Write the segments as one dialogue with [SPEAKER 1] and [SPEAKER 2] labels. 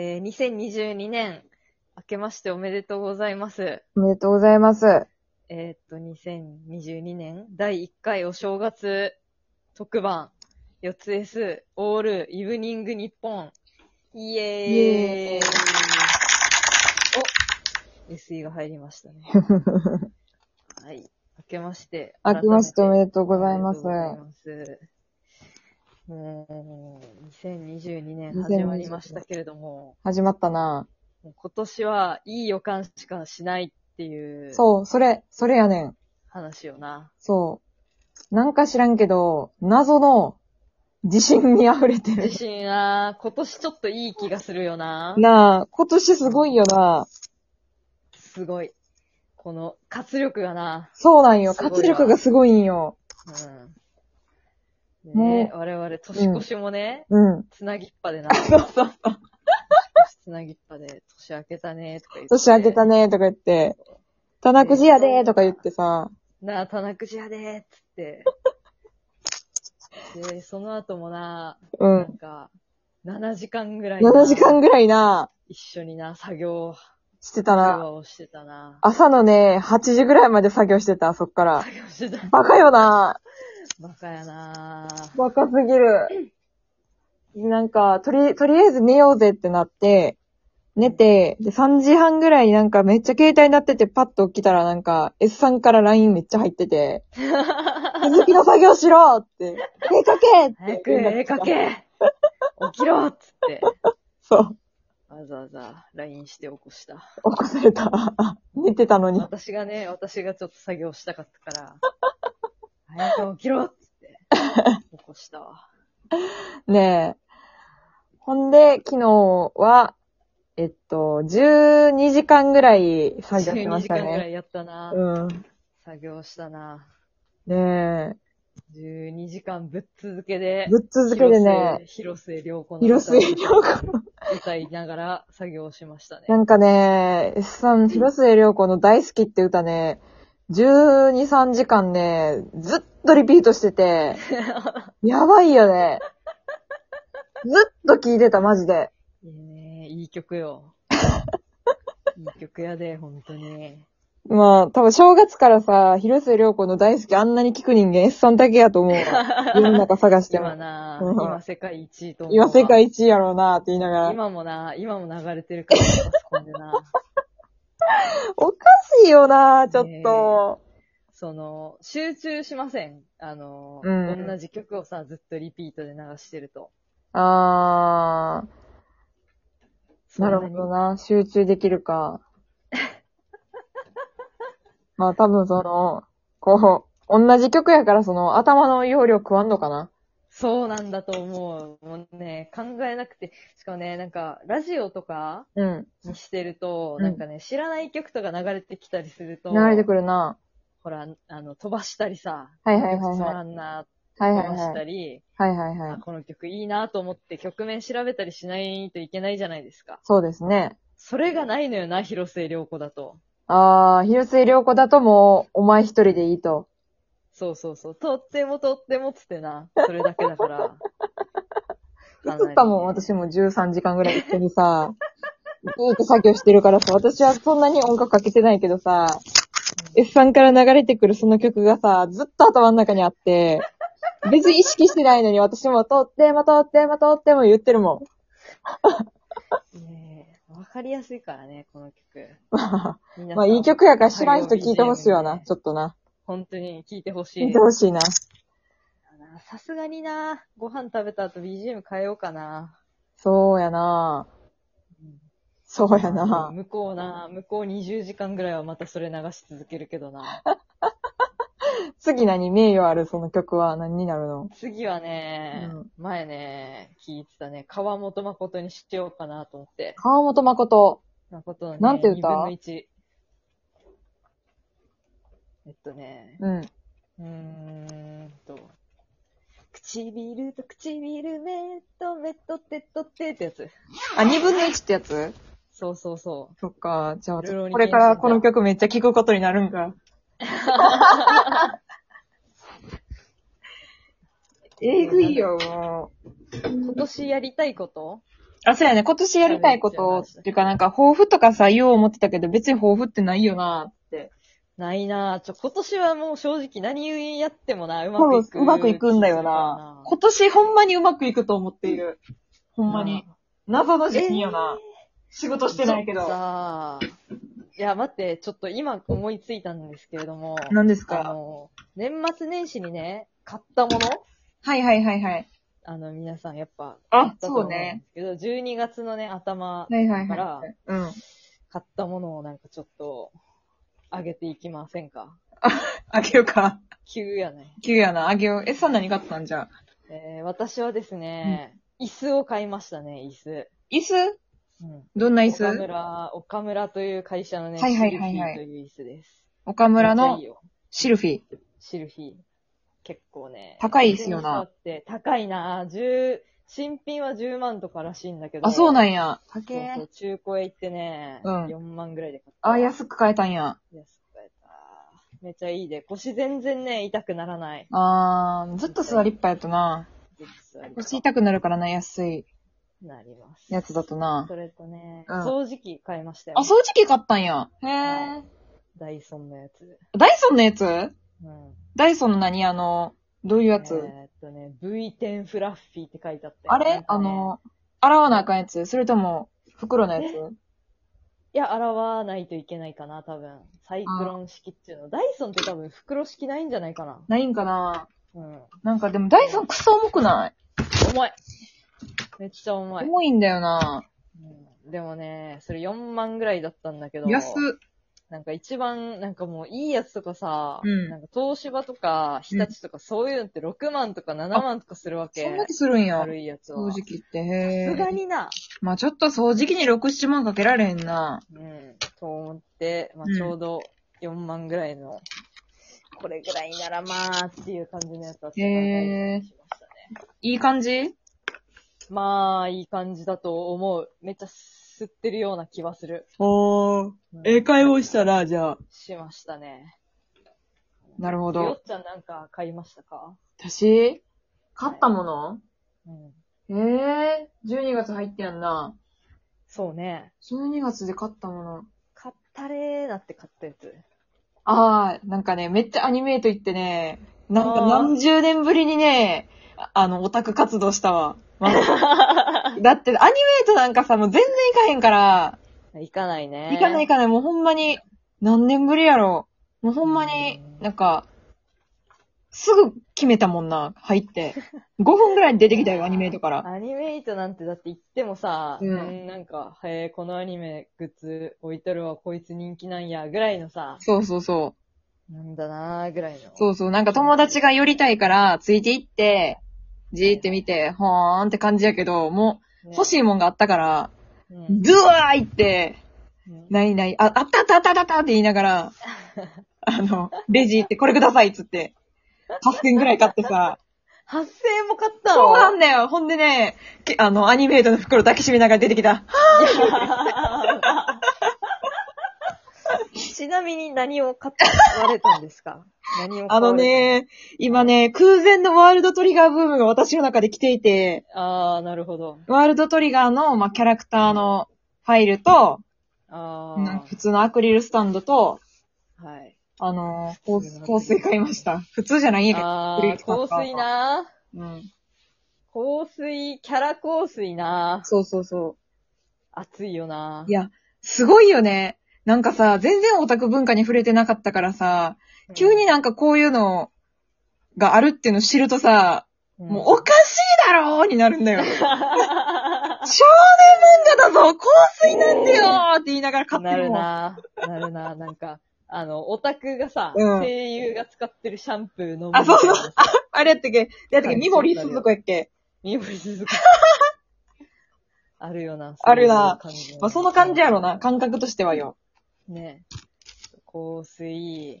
[SPEAKER 1] 2022年、明けましておめでとうございます。
[SPEAKER 2] おめでとうございます。
[SPEAKER 1] えーっと、2022年、第1回お正月特番、四つ S、オール、イブニング日本。イエーイ
[SPEAKER 2] イエーイ
[SPEAKER 1] お !SE が入りま したね。はい。明けまして。
[SPEAKER 2] 明けまして
[SPEAKER 1] 改
[SPEAKER 2] お
[SPEAKER 1] め
[SPEAKER 2] めでとうございます。
[SPEAKER 1] ありがとうございます。もう、2022年始まりましたけれども、
[SPEAKER 2] 始まったな
[SPEAKER 1] もう今年はいい予感しかしないっていう
[SPEAKER 2] そう、それ、それやねん。
[SPEAKER 1] 話よな。
[SPEAKER 2] そう。なんか知らんけど、謎の自信に溢れてる
[SPEAKER 1] 自。信な、今年ちょっといい気がするよな。
[SPEAKER 2] なあ、今年すごいよな
[SPEAKER 1] すごい。この活力がな。
[SPEAKER 2] そうなんよ。
[SPEAKER 1] すごいわ
[SPEAKER 2] 活力がすごいんよ。
[SPEAKER 1] うん。
[SPEAKER 2] も
[SPEAKER 1] ね我々年越しもね、
[SPEAKER 2] うん。
[SPEAKER 1] つなぎっぱでな。
[SPEAKER 2] そうそう。
[SPEAKER 1] つなぎっぱで、年明けたね、とか言って。
[SPEAKER 2] 年明けた。ねとか言って、棚くじやでーとか言ってさ、
[SPEAKER 1] なあ、棚くじやで、つって。で、その後もな、
[SPEAKER 2] う。
[SPEAKER 1] なんんか、7時間ぐらいな。
[SPEAKER 2] 7時間ぐらいな、
[SPEAKER 1] 一緒にな、作業、
[SPEAKER 2] してた
[SPEAKER 1] 会
[SPEAKER 2] な。
[SPEAKER 1] 話をしてたな。
[SPEAKER 2] 朝のね、8時ぐらいまで作業してた、そっから。
[SPEAKER 1] 作業してた。
[SPEAKER 2] バカよな
[SPEAKER 1] バカやな
[SPEAKER 2] バカすぎる。なんか、とり、とりあえず寝ようぜってなって、寝て、で、3時半ぐらいになんかめっちゃ携帯鳴っててパッと起きたらなんか S さんから LINE めっちゃ入って て、続きの作業しろって、絵描けって。
[SPEAKER 1] 早く絵描け起きろっつって、
[SPEAKER 2] そう、
[SPEAKER 1] わざわざ LINE して起こした。
[SPEAKER 2] 起こされた。 寝てたのに。
[SPEAKER 1] 私がね、私がちょっと作業したかったから、早く起きろっつって、起こしたわ。
[SPEAKER 2] ねえ。ほんで、昨日は、えっと、12時間ぐらい作業しま
[SPEAKER 1] 12
[SPEAKER 2] し
[SPEAKER 1] 時
[SPEAKER 2] た
[SPEAKER 1] 間ぐら
[SPEAKER 2] ね。
[SPEAKER 1] いやったな、
[SPEAKER 2] うん。
[SPEAKER 1] 作業したな。
[SPEAKER 2] ね
[SPEAKER 1] 12時間ぶっ続けで
[SPEAKER 2] え。、ぶっ続けてね。
[SPEAKER 1] 広末広末涼子の
[SPEAKER 2] 広末涼子。
[SPEAKER 1] 歌いながら作業しましたね。
[SPEAKER 2] なんかね、S さん、広末涼子の大好きって歌ね、12、3時間ね、ずっとリピートし てて、やばいよね。ずっと聴いてた、マジで。
[SPEAKER 1] いいね、いい曲 よ。いい曲やで、本当に。
[SPEAKER 2] まあ、多分正月からさ、広末涼子の大好きあんなに聞く人間 S さんだけやと思うわ。世の中探して
[SPEAKER 1] 今
[SPEAKER 2] も。
[SPEAKER 1] な、
[SPEAKER 2] うん
[SPEAKER 1] 今世界一位と思うわ。
[SPEAKER 2] 今世界一位やろうなって言いながら。
[SPEAKER 1] 今もな、今も流れてるから、パソコンで な。
[SPEAKER 2] おかしいよな、ちょっと。
[SPEAKER 1] その、集中しません。あの、
[SPEAKER 2] うん
[SPEAKER 1] 同じ曲をさ、ずっとリピートで流してると。
[SPEAKER 2] あー、なるほど
[SPEAKER 1] な。
[SPEAKER 2] な。集中できるか。 まあ多分その、こう、同じ曲やからその頭の容量食わんのかな。
[SPEAKER 1] そうなんだと思う。もうね、考えなくて。しかもね、なんか、ラジオとか
[SPEAKER 2] うん。
[SPEAKER 1] にしてると、
[SPEAKER 2] うん
[SPEAKER 1] なんかね、知らない曲とか流れてきたりすると、
[SPEAKER 2] 流れてくるな。
[SPEAKER 1] ほら、あの、飛ばしたりさ、
[SPEAKER 2] はいはいはいはい
[SPEAKER 1] つまらんな、
[SPEAKER 2] はいはい
[SPEAKER 1] 飛ばし
[SPEAKER 2] は
[SPEAKER 1] た
[SPEAKER 2] い。
[SPEAKER 1] り、
[SPEAKER 2] はいはいは
[SPEAKER 1] あ
[SPEAKER 2] い。
[SPEAKER 1] この曲いいなと思って曲名調べたりしないといけないじゃないですか。
[SPEAKER 2] そうですね。
[SPEAKER 1] それがないのよな、広末涼子だと。
[SPEAKER 2] あー、広末涼子だともう、お前一人でいいと。
[SPEAKER 1] そうそうそう。とってもとってもっつってな。それだけだから。
[SPEAKER 2] 映ったもん、私も13時間ぐらい一緒にさ、 ずーっと作業してるからさ、私はそんなに音楽かけてないけどさ、S さんから流れてくるその曲がさ、ずっと頭の中にあって、別に意識してないのに私もとってもとってもとっても言ってるもん。
[SPEAKER 1] ねえわかりやすいからね、この曲。
[SPEAKER 2] ま
[SPEAKER 1] みんな
[SPEAKER 2] あ、
[SPEAKER 1] さ
[SPEAKER 2] まあいい曲やから知らん人聞いてほしいわな、ちょっとな。
[SPEAKER 1] 本当に聞いてほし
[SPEAKER 2] 聞い
[SPEAKER 1] い
[SPEAKER 2] て。ほしいな。
[SPEAKER 1] さすがにな、ご飯食べた後 BGM 変えようかな。
[SPEAKER 2] そうやなそうやな
[SPEAKER 1] 向こうな、向こう20時間ぐらいはまたそれ流し続けるけどな。
[SPEAKER 2] 次何名誉あるその曲は何になるの
[SPEAKER 1] 次はね、
[SPEAKER 2] うん
[SPEAKER 1] 前ね、聞いてたね、川本誠にしようかなと思って。
[SPEAKER 2] 川本誠。
[SPEAKER 1] 誠のね、
[SPEAKER 2] なんて歌
[SPEAKER 1] 2分の1。えっとね、
[SPEAKER 2] うん。
[SPEAKER 1] うーんと、唇と唇、目と目と手と手ってやつ。
[SPEAKER 2] あ、二分の一ってやつ
[SPEAKER 1] そうそうそう。
[SPEAKER 2] そっか。じゃあ、
[SPEAKER 1] ルローニケンシン
[SPEAKER 2] これからこの曲めっちゃ聴くことになるん か。えぐいよ、も
[SPEAKER 1] 今年やりたいこと
[SPEAKER 2] う。あ、そうやね。今年やりたいことっていうか、なんか、抱負とかさ、言おう思ってたけど、別に抱負ってないよなって。
[SPEAKER 1] ないなぁ。ちょ、今年はもう正直何やってもな、うまくいく。
[SPEAKER 2] そううまくいくんだよな今年ほんまにうまくいくと思っている。ほ
[SPEAKER 1] ほ
[SPEAKER 2] んまに。。謎の時期よな。仕事してないけ
[SPEAKER 1] ちょっと
[SPEAKER 2] ど。
[SPEAKER 1] さあいや、待って、ちょっと今思いついたんですけれども、
[SPEAKER 2] 何です
[SPEAKER 1] あの、年末年始にね、買ったもの
[SPEAKER 2] はいはいはいはい。
[SPEAKER 1] あの、皆さんやっぱ、買
[SPEAKER 2] あ
[SPEAKER 1] っ、たと思
[SPEAKER 2] そうん
[SPEAKER 1] で
[SPEAKER 2] ね。
[SPEAKER 1] すけど、12月のね、頭、
[SPEAKER 2] はいはい
[SPEAKER 1] だか
[SPEAKER 2] は
[SPEAKER 1] ら
[SPEAKER 2] い。うん。
[SPEAKER 1] 買ったものをなんかちょっと、上げていきませんか
[SPEAKER 2] あげようか。
[SPEAKER 1] 急やね。
[SPEAKER 2] 急やな、あげよう。え、さん何買ったんじゃあ
[SPEAKER 1] えー私はですね、椅子を買いましたね、椅子。
[SPEAKER 2] 椅子
[SPEAKER 1] うん
[SPEAKER 2] どんな椅
[SPEAKER 1] 岡
[SPEAKER 2] 子
[SPEAKER 1] 村、岡村という会社のね、
[SPEAKER 2] はいはいはいはい
[SPEAKER 1] シルフィーという椅子です。
[SPEAKER 2] 岡村
[SPEAKER 1] めっちゃ
[SPEAKER 2] の
[SPEAKER 1] いいよ
[SPEAKER 2] シルフィ。
[SPEAKER 1] シルフィー。結構ね。
[SPEAKER 2] 高い椅子よな
[SPEAKER 1] 普通に座って。高いな。十、新品は10万とからしいんだけど。
[SPEAKER 2] あ、そうんなんや。
[SPEAKER 1] そう
[SPEAKER 2] 高
[SPEAKER 1] そう、中古へ行ってね、
[SPEAKER 2] うん
[SPEAKER 1] 4万ぐらいで買った。
[SPEAKER 2] あ、安く買えたんや。
[SPEAKER 1] 安く買えた。めっちゃいいで。腰全然ね、痛くならない。
[SPEAKER 2] あー、ずっと座りっぱやとな。
[SPEAKER 1] ずっと座り
[SPEAKER 2] 腰痛くなるからな、安い
[SPEAKER 1] なります。
[SPEAKER 2] やつだとな。
[SPEAKER 1] それとね、
[SPEAKER 2] うん
[SPEAKER 1] 掃除機買いましたよ。
[SPEAKER 2] あ、掃除機買ったんや。へ
[SPEAKER 1] は
[SPEAKER 2] ー。
[SPEAKER 1] ダイソンのやつ。
[SPEAKER 2] ダイソンのやつ
[SPEAKER 1] うん。
[SPEAKER 2] ダイソンの何あの、どういうやつ、
[SPEAKER 1] えーっとね、V10 フラッフィーって書いてあったよ
[SPEAKER 2] あ
[SPEAKER 1] なん
[SPEAKER 2] れ
[SPEAKER 1] か
[SPEAKER 2] あ
[SPEAKER 1] ね
[SPEAKER 2] の、洗わなあかんやつそれとも、袋のやつ
[SPEAKER 1] いや、洗わないといけないかな、多分。サイクロン式っていうの。ダイソンって多分袋式ないんじゃないかな。
[SPEAKER 2] ないんかな
[SPEAKER 1] うん。
[SPEAKER 2] なんかでもダイソンクソ重くな
[SPEAKER 1] 重い。めっちゃ重
[SPEAKER 2] い
[SPEAKER 1] い。
[SPEAKER 2] 重いんだよな。
[SPEAKER 1] うんでもね、それ4万ぐらいだったんだけど。
[SPEAKER 2] 安っ。
[SPEAKER 1] なんか一番、なんかもういいやつとかさ、
[SPEAKER 2] うん
[SPEAKER 1] なんか東芝とか日立とかそういうのって6万とか7万とかするわ
[SPEAKER 2] そん
[SPEAKER 1] け
[SPEAKER 2] な。にするんや。
[SPEAKER 1] 軽いやつ
[SPEAKER 2] 掃
[SPEAKER 1] は。
[SPEAKER 2] 除機って、
[SPEAKER 1] さ
[SPEAKER 2] へ
[SPEAKER 1] すが
[SPEAKER 2] ー。
[SPEAKER 1] にな。
[SPEAKER 2] まあちょっと掃除機に6、7万かけられへんな。
[SPEAKER 1] うん。と思って、まあ
[SPEAKER 2] うん
[SPEAKER 1] ちょうど4万ぐらいの、これぐらいならまあっていう感じのやつだったから
[SPEAKER 2] へー
[SPEAKER 1] しましたね。
[SPEAKER 2] いい感じ
[SPEAKER 1] まあ、いい感じだと思う。めっちゃ吸ってるような気はする。
[SPEAKER 2] おー。会をしたら、じゃあ。
[SPEAKER 1] しましたね。
[SPEAKER 2] なるほ
[SPEAKER 1] よ
[SPEAKER 2] ど。
[SPEAKER 1] っちゃんなんか買いましたか
[SPEAKER 2] 私買ったもの
[SPEAKER 1] うん。
[SPEAKER 2] ええー、12月入ってやんな。
[SPEAKER 1] そうね。
[SPEAKER 2] 12月で買ったもの。
[SPEAKER 1] 買ったれーなって買ったやつ。
[SPEAKER 2] ああ、なんかね、めっちゃアニメート行ってね、なん
[SPEAKER 1] あ
[SPEAKER 2] か
[SPEAKER 1] ー
[SPEAKER 2] 何十年ぶりにね、ああの、オタク活動したわ。まあ だって、アニメートなんかさ、もう全然行かへんから、
[SPEAKER 1] 行かないね。
[SPEAKER 2] 行かない行
[SPEAKER 1] か
[SPEAKER 2] かない、もうほんまに、何年ぶりやろ。もうほんまに
[SPEAKER 1] う、ん
[SPEAKER 2] なんか、すぐ決めたもんな、入って。5分ぐらいに出てきたよ、アニメートから。
[SPEAKER 1] アニメイトなんてだって言ってもさ、
[SPEAKER 2] うん
[SPEAKER 1] うんなんか、へえ、このアニメグッズ置いとるわ、こいつ人気なんや、ぐらいのさ、
[SPEAKER 2] そうそうそう。
[SPEAKER 1] なんだなーぐらいの。。
[SPEAKER 2] そううそう。なんか友達が寄りたいから、ついて行って、じーって見て、ほーんって感じやけど、もう、欲し
[SPEAKER 1] い。
[SPEAKER 2] いもんがあったから、
[SPEAKER 1] うん
[SPEAKER 2] ドゥワーいって、
[SPEAKER 1] うん
[SPEAKER 2] ないない、あ、あったあったあったあったって言いながら、あの、レジ行って、これくださいっつって、8000円くらい買ってさ、
[SPEAKER 1] 発声も買ったの
[SPEAKER 2] そうなんだよほんでね、けあの、アニメートの袋抱きしめながら出てきた。
[SPEAKER 1] ちなみに何を買われたんですか何を買
[SPEAKER 2] あ
[SPEAKER 1] わ
[SPEAKER 2] の
[SPEAKER 1] れた
[SPEAKER 2] ね、今ね、空前のワールドトリガーブームが私の中で来ていて、
[SPEAKER 1] あー、なるほど。
[SPEAKER 2] ワールドトリガーの、まあ、キャラクターのファイルと、
[SPEAKER 1] あ
[SPEAKER 2] なんか普
[SPEAKER 1] ー、
[SPEAKER 2] 通のアクリルスタンドと、
[SPEAKER 1] はい。
[SPEAKER 2] あのー、
[SPEAKER 1] 普通の
[SPEAKER 2] 香香水買いました。普通じゃないんやけど。
[SPEAKER 1] あ
[SPEAKER 2] 古い
[SPEAKER 1] ー、
[SPEAKER 2] やつ買
[SPEAKER 1] 香
[SPEAKER 2] った
[SPEAKER 1] 水な
[SPEAKER 2] うん。
[SPEAKER 1] 香水、キャラ香水な
[SPEAKER 2] そうそうそ
[SPEAKER 1] 熱いよな
[SPEAKER 2] う。いや、すごいよね。なんかさ、全然オタク文化に触れてなかったからさ、急になんかこういうのがあるっていうの知るとさ、
[SPEAKER 1] うん、
[SPEAKER 2] もう おかしいだろーになるんだよ。少年漫画だぞ香水なんだよーって言いながら買って
[SPEAKER 1] な
[SPEAKER 2] る
[SPEAKER 1] る
[SPEAKER 2] もん。
[SPEAKER 1] ななるななんか、あの、オタクがさ、
[SPEAKER 2] うん
[SPEAKER 1] 声優が使ってるシャンプー飲む。
[SPEAKER 2] あそうそう。あれやったっけやった
[SPEAKER 1] は
[SPEAKER 2] っけ
[SPEAKER 1] い
[SPEAKER 2] ミモリスズコやっけ
[SPEAKER 1] 三森鈴鹿。 あるよな。
[SPEAKER 2] あるな
[SPEAKER 1] そういう感じの
[SPEAKER 2] まあ、その感じやろな。感覚としてはよ。
[SPEAKER 1] ね。香水。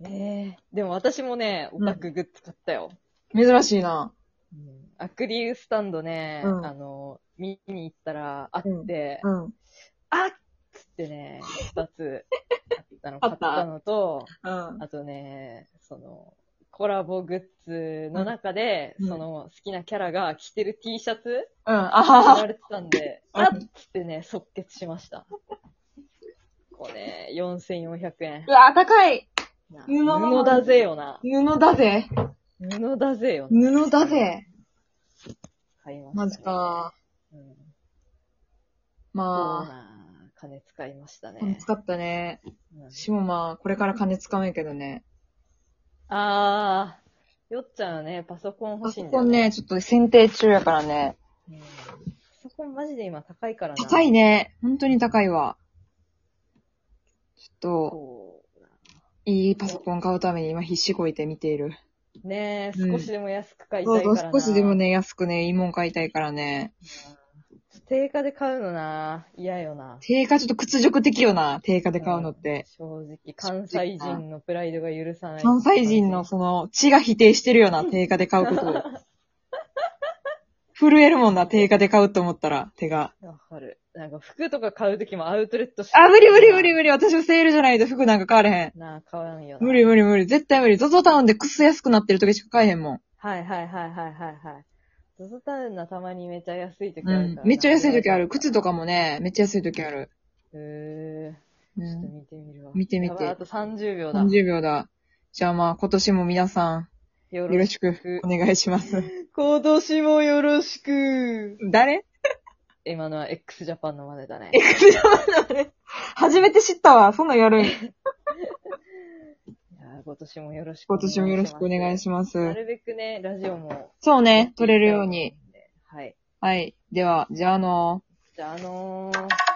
[SPEAKER 1] ねえ。でも私もね、オタクグッズ買ったよ。
[SPEAKER 2] 珍しいな。
[SPEAKER 1] うんアクリルスタンドね、
[SPEAKER 2] うん
[SPEAKER 1] あの、見に行ったらあって、
[SPEAKER 2] うん。うん。
[SPEAKER 1] あっつってね、二つ買ったの、買ったのと、あとね、その、コラボグッズの中で、
[SPEAKER 2] うん
[SPEAKER 1] その好きなキャラが着てる T シャツ
[SPEAKER 2] うん、あは
[SPEAKER 1] 売
[SPEAKER 2] は。
[SPEAKER 1] られてたん で、
[SPEAKER 2] うん
[SPEAKER 1] あっつってね、即決しました。これ、4400円
[SPEAKER 2] う。わ、高い
[SPEAKER 1] な
[SPEAKER 2] 布な
[SPEAKER 1] 布
[SPEAKER 2] の
[SPEAKER 1] だぜよな。
[SPEAKER 2] 布だぜ。
[SPEAKER 1] 布だぜよな。
[SPEAKER 2] 布だぜ。
[SPEAKER 1] 買いました、ね。
[SPEAKER 2] マジ。か。
[SPEAKER 1] うん。そう
[SPEAKER 2] まあ、
[SPEAKER 1] な金使いました
[SPEAKER 2] 金
[SPEAKER 1] ね。
[SPEAKER 2] 使ったね。
[SPEAKER 1] うん
[SPEAKER 2] しもまあ、これから金使うんやけどね。
[SPEAKER 1] あー、よっちゃんはね、パソコン
[SPEAKER 2] パ
[SPEAKER 1] 欲しい
[SPEAKER 2] ソ
[SPEAKER 1] んだ
[SPEAKER 2] コ
[SPEAKER 1] よ
[SPEAKER 2] ン
[SPEAKER 1] ね。
[SPEAKER 2] ね、ちょっと選定中やからね。
[SPEAKER 1] うんパソコンマジで今高いからな。
[SPEAKER 2] 高いね。本当に高いわ。ちょっ
[SPEAKER 1] そ
[SPEAKER 2] と、いいパソコン買うために今必死こいて見ている。
[SPEAKER 1] う。ねえ、
[SPEAKER 2] う
[SPEAKER 1] 少
[SPEAKER 2] ん
[SPEAKER 1] しでも安く買い
[SPEAKER 2] そ
[SPEAKER 1] た
[SPEAKER 2] う
[SPEAKER 1] い
[SPEAKER 2] そ
[SPEAKER 1] か
[SPEAKER 2] う、
[SPEAKER 1] らな。
[SPEAKER 2] 少しでもね、安くね、いいもん買いたいからね。
[SPEAKER 1] 定価で買うのな、嫌よな。
[SPEAKER 2] 定価ちょっと屈辱的よな、定価で買うのって。
[SPEAKER 1] 正直、関西人のプライドが許さない。
[SPEAKER 2] 関西人のその、血が否定してるような、定価で買うこと を。震えるもんな、定価で買うと思ったら、手が。
[SPEAKER 1] わかる。なんか服とか買うときもアウトレットして
[SPEAKER 2] あ、無理無理無理無理、私もセールじゃないと服なんか買われへん。
[SPEAKER 1] なあ、買わんよな。
[SPEAKER 2] 無理無理無理、絶対無理。ゾゾタウンでくす安くなってる時しか買えへんもん。
[SPEAKER 1] はいはいはいはいはいはい。ゾゾタウンのたまにめっちゃ安いとき
[SPEAKER 2] う
[SPEAKER 1] ある
[SPEAKER 2] ん
[SPEAKER 1] から、。
[SPEAKER 2] めっちゃ安い時ある。靴とかもね、めっちゃ安い時ある。
[SPEAKER 1] へ
[SPEAKER 2] う
[SPEAKER 1] えちょっと
[SPEAKER 2] ん。
[SPEAKER 1] 見てみるわ。
[SPEAKER 2] 見て見て
[SPEAKER 1] やばいあと30秒だ。
[SPEAKER 2] 30秒だ。じゃあまあ今年も皆さ
[SPEAKER 1] よ
[SPEAKER 2] ん、よろしくお願いします。
[SPEAKER 1] 今年もよろしく。
[SPEAKER 2] 誰
[SPEAKER 1] 今のは x ジャパンの真似だね。
[SPEAKER 2] 初めて知ったわ。そんなんやるんや。
[SPEAKER 1] いやー今年もよろしくお
[SPEAKER 2] 今
[SPEAKER 1] 願いします。
[SPEAKER 2] 年もよろしくお願いしま
[SPEAKER 1] な
[SPEAKER 2] す。
[SPEAKER 1] るべくね、ラジオも。
[SPEAKER 2] そうね、撮れるように。。
[SPEAKER 1] はい。
[SPEAKER 2] はい。では、じゃああのー
[SPEAKER 1] じゃあ、あのー